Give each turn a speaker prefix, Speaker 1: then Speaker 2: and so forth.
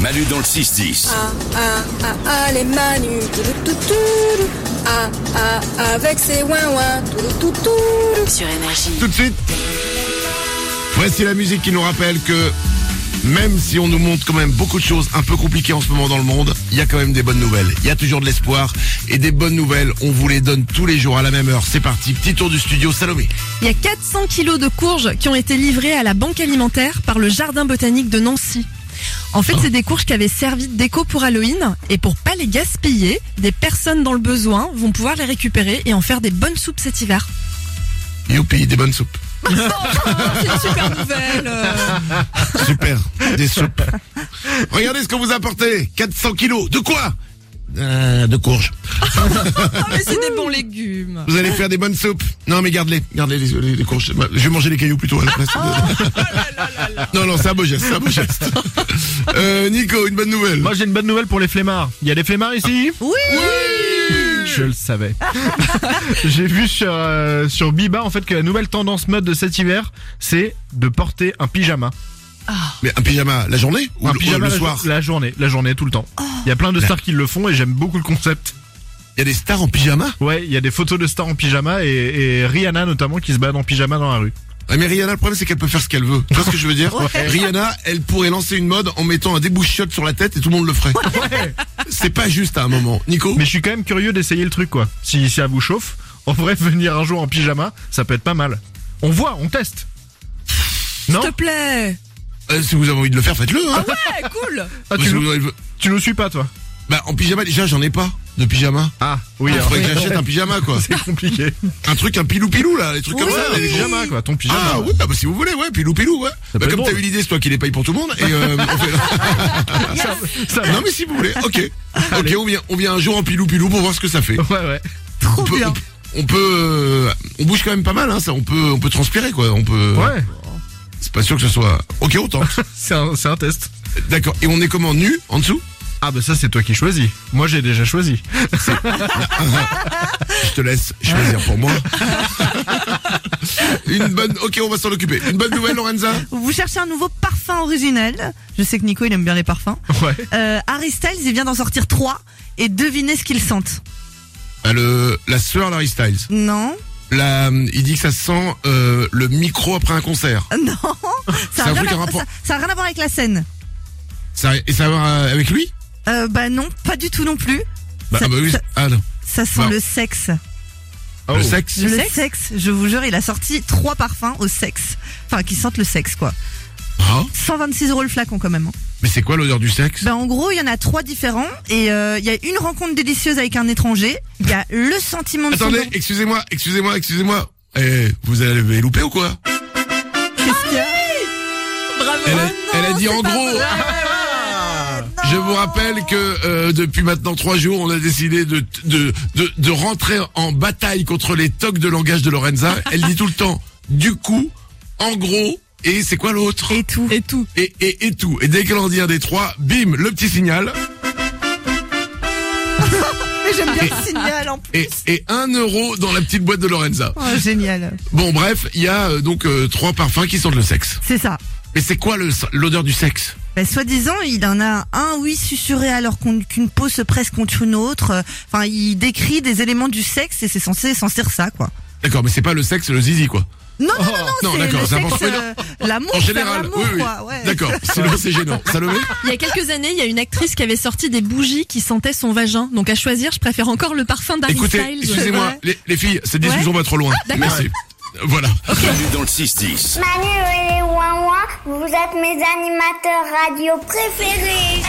Speaker 1: Manu dans le 6-10.
Speaker 2: Ah, ah, ah, ah, les Manu, toulou, tou, toulou. Ah, ah, avec ses ouin-ouin, toulou, tou, toulou.
Speaker 3: sur énergie.
Speaker 4: Tout de suite, voici la musique qui nous rappelle que même si on nous montre quand même beaucoup de choses un peu compliquées en ce moment dans le monde, il y a quand même des bonnes nouvelles. Il y a toujours de l'espoir et des bonnes nouvelles, on vous les donne tous les jours à la même heure. C'est parti, petit tour du studio Salomé.
Speaker 5: Il y a 400 kilos de courges qui ont été livrées à la banque alimentaire par le jardin botanique de Nancy. En fait, c'est des courges qui avaient servi de déco pour Halloween et pour pas les gaspiller, des personnes dans le besoin vont pouvoir les récupérer et en faire des bonnes soupes cet hiver.
Speaker 4: Youpi, des bonnes soupes.
Speaker 5: Oh, c'est une super nouvelle.
Speaker 4: Super, des soupes. Regardez ce qu'on vous a apporté. 400 kilos. De quoi Euh, De courge.
Speaker 5: Ah, mais c'est des bons légumes.
Speaker 4: Vous allez faire des bonnes soupes. Non, mais garde-les. Garde-les, les, les- les courges. Bah, Je vais manger les cailloux plutôt à la place. Non, non, c'est un beau geste, c'est un beau geste. Euh, Nico, une bonne nouvelle.
Speaker 6: Moi j'ai une bonne nouvelle pour les flemmards. Il y a des flemmards ici
Speaker 4: Ah.
Speaker 5: Oui.
Speaker 6: Je le savais. j'ai vu sur, euh, sur Biba en fait que la nouvelle tendance mode de cet hiver, c'est de porter un pyjama.
Speaker 4: Mais un pyjama la journée ou,
Speaker 6: un
Speaker 4: le-
Speaker 6: pyjama
Speaker 4: ou le
Speaker 6: la,
Speaker 4: soir
Speaker 6: jour- la journée, la journée tout le temps. Il y a plein de stars qui le font et j'aime beaucoup le concept.
Speaker 4: Il y a des stars en pyjama
Speaker 6: Ouais, il y a des photos de stars en pyjama et, et Rihanna notamment qui se balade en pyjama dans la rue.
Speaker 4: Ouais, Ah, Mais Rihanna, le problème c'est qu'elle peut faire ce qu'elle veut. Tu vois ce que je veux dire Rihanna, elle pourrait lancer une mode en mettant un débouche-shot sur la tête et tout le monde le ferait. C'est pas juste à un moment. Nico
Speaker 6: Mais je suis quand même curieux d'essayer le truc quoi. Si ça vous chauffe, en vrai venir un jour en pyjama, ça peut être pas mal. On voit, on teste. Non
Speaker 5: S'il te plaît.
Speaker 4: euh, Si vous avez envie de le faire, faites-le. Hein.
Speaker 5: Ouais, cool.
Speaker 6: Ah,
Speaker 4: Si
Speaker 6: tu, nous,
Speaker 4: vous avez-
Speaker 6: tu nous suis pas toi
Speaker 4: Bah en pyjama déjà j'en ai pas de pyjama.
Speaker 6: Ah oui,
Speaker 4: Il
Speaker 6: alors,
Speaker 4: faudrait que j'achète un pyjama quoi.
Speaker 6: c'est compliqué.
Speaker 4: Un truc un pilou pilou là, les trucs comme
Speaker 6: Ouais,
Speaker 4: ça.
Speaker 6: mais
Speaker 4: les-
Speaker 6: le pyjama quoi, ton pyjama.
Speaker 4: Ah ouais, bah, si vous voulez, ouais, pilou pilou, ouais.
Speaker 6: Ça peut
Speaker 4: Bah,
Speaker 6: être
Speaker 4: comme t'as
Speaker 6: drôle.
Speaker 4: eu l'idée, c'est toi qui les paye pour tout le monde. Et euh, on fait-
Speaker 6: ça, ça-
Speaker 4: non mais si vous voulez, ok. Ok, on vient, on vient un jour en pilou pilou pour voir ce que ça fait.
Speaker 6: Ouais ouais.
Speaker 4: on peut,
Speaker 5: bien.
Speaker 4: On, on peut, euh, on bouge quand même pas mal, hein, ça. On peut, on peut transpirer, quoi. On peut.
Speaker 6: Ouais.
Speaker 4: C'est pas sûr que ce soit. Ok, autant.
Speaker 6: C'est un, c'est un test.
Speaker 4: D'accord. Et on est comment nu en dessous
Speaker 6: Ah bah ça c'est toi qui choisis. Moi j'ai déjà choisi.
Speaker 4: Je te laisse choisir pour moi. Une bonne. Ok, on va s'en occuper. Une bonne nouvelle, Lorenza.
Speaker 7: Vous cherchez un nouveau parfum original. Je sais que Nico, il aime bien les parfums.
Speaker 6: Ouais.
Speaker 7: Euh, Harry Styles, il vient d'en sortir trois. Et devinez ce qu'ils sentent.
Speaker 4: Ah, le, la sœur Larry Styles.
Speaker 7: Non,
Speaker 4: La, il dit que ça sent euh, le micro après un concert.
Speaker 7: non.
Speaker 4: C'est
Speaker 7: Ça
Speaker 4: un
Speaker 7: a rien
Speaker 4: truc à
Speaker 7: à-
Speaker 4: rapport-
Speaker 7: ça- ça a rien à voir avec la scène.
Speaker 4: Ça, et ça va avec lui
Speaker 7: Euh, bah non, pas du tout non plus.
Speaker 4: Bah,
Speaker 7: Ça-
Speaker 4: ah bah oui.
Speaker 7: ça-
Speaker 4: Ah non.
Speaker 7: Ça sent
Speaker 4: Bah.
Speaker 7: le sexe.
Speaker 6: Oh.
Speaker 4: Le sexe.
Speaker 7: Le sexe, je vous jure, il a sorti trois parfums au sexe. Enfin, qui sentent le sexe, quoi.
Speaker 4: Ah,
Speaker 7: 126 euros le flacon, quand même. hein.
Speaker 4: mais c'est quoi l'odeur du sexe
Speaker 7: Ben, en gros, il y en a trois différents. Et euh, il y a une rencontre délicieuse avec un étranger. Il y a le sentiment de son
Speaker 4: Attendez, excusez-moi, excusez-moi, excusez-moi. Eh, vous avez loupé ou quoi
Speaker 5: Bravo.
Speaker 4: Elle a,
Speaker 7: Oh
Speaker 4: elle a dit en gros. Ah. Je vous rappelle que euh, depuis maintenant trois jours, on a décidé de, de, de, de rentrer en bataille contre les tocs de langage de Lorenza. Elle dit tout le temps du coup, en gros, et c'est quoi l'autre
Speaker 7: Et tout.
Speaker 5: Et tout.
Speaker 4: et, et, et tout. Et dès qu'elle en dit un des trois, bim, le petit signal.
Speaker 7: Mais j'aime bien le signal en plus.
Speaker 4: Et, et un euro dans la petite boîte de Lorenza.
Speaker 7: Oh, génial.
Speaker 4: Bon, bref, il y a euh, donc euh, trois parfums qui sentent le sexe.
Speaker 7: C'est ça.
Speaker 4: Mais c'est quoi le- l'odeur du sexe
Speaker 7: Ben, soi-disant, il en a un, oui, susurré alors qu'on- qu'une peau se presse contre une autre. Enfin, il décrit des éléments du sexe et c'est censé sentir ça, quoi.
Speaker 4: D'accord, mais c'est pas le sexe, le zizi, quoi.
Speaker 7: Non, non,
Speaker 4: Oh. non,
Speaker 7: non, non,
Speaker 4: d'accord, ça
Speaker 7: c'est le
Speaker 4: marche
Speaker 7: sexe,
Speaker 4: pas,
Speaker 7: euh, l'amour,
Speaker 4: En
Speaker 7: faire
Speaker 4: général,
Speaker 7: l'amour,
Speaker 4: oui, oui.
Speaker 7: quoi, ouais.
Speaker 4: D'accord, sinon c'est gênant. Salomé
Speaker 5: Il y a quelques années, il y a une actrice qui avait sorti des bougies qui sentaient son vagin. Donc à choisir, je préfère encore le parfum d'Harry
Speaker 4: Écoutez,
Speaker 5: Styles.
Speaker 4: excusez-moi, les, les filles, cette discussion va trop loin.
Speaker 5: d'accord.
Speaker 4: Merci. Voilà.
Speaker 1: Manu dans le 6-10.
Speaker 8: Manu et les Ouin-Ouin, vous êtes mes animateurs radio préférés.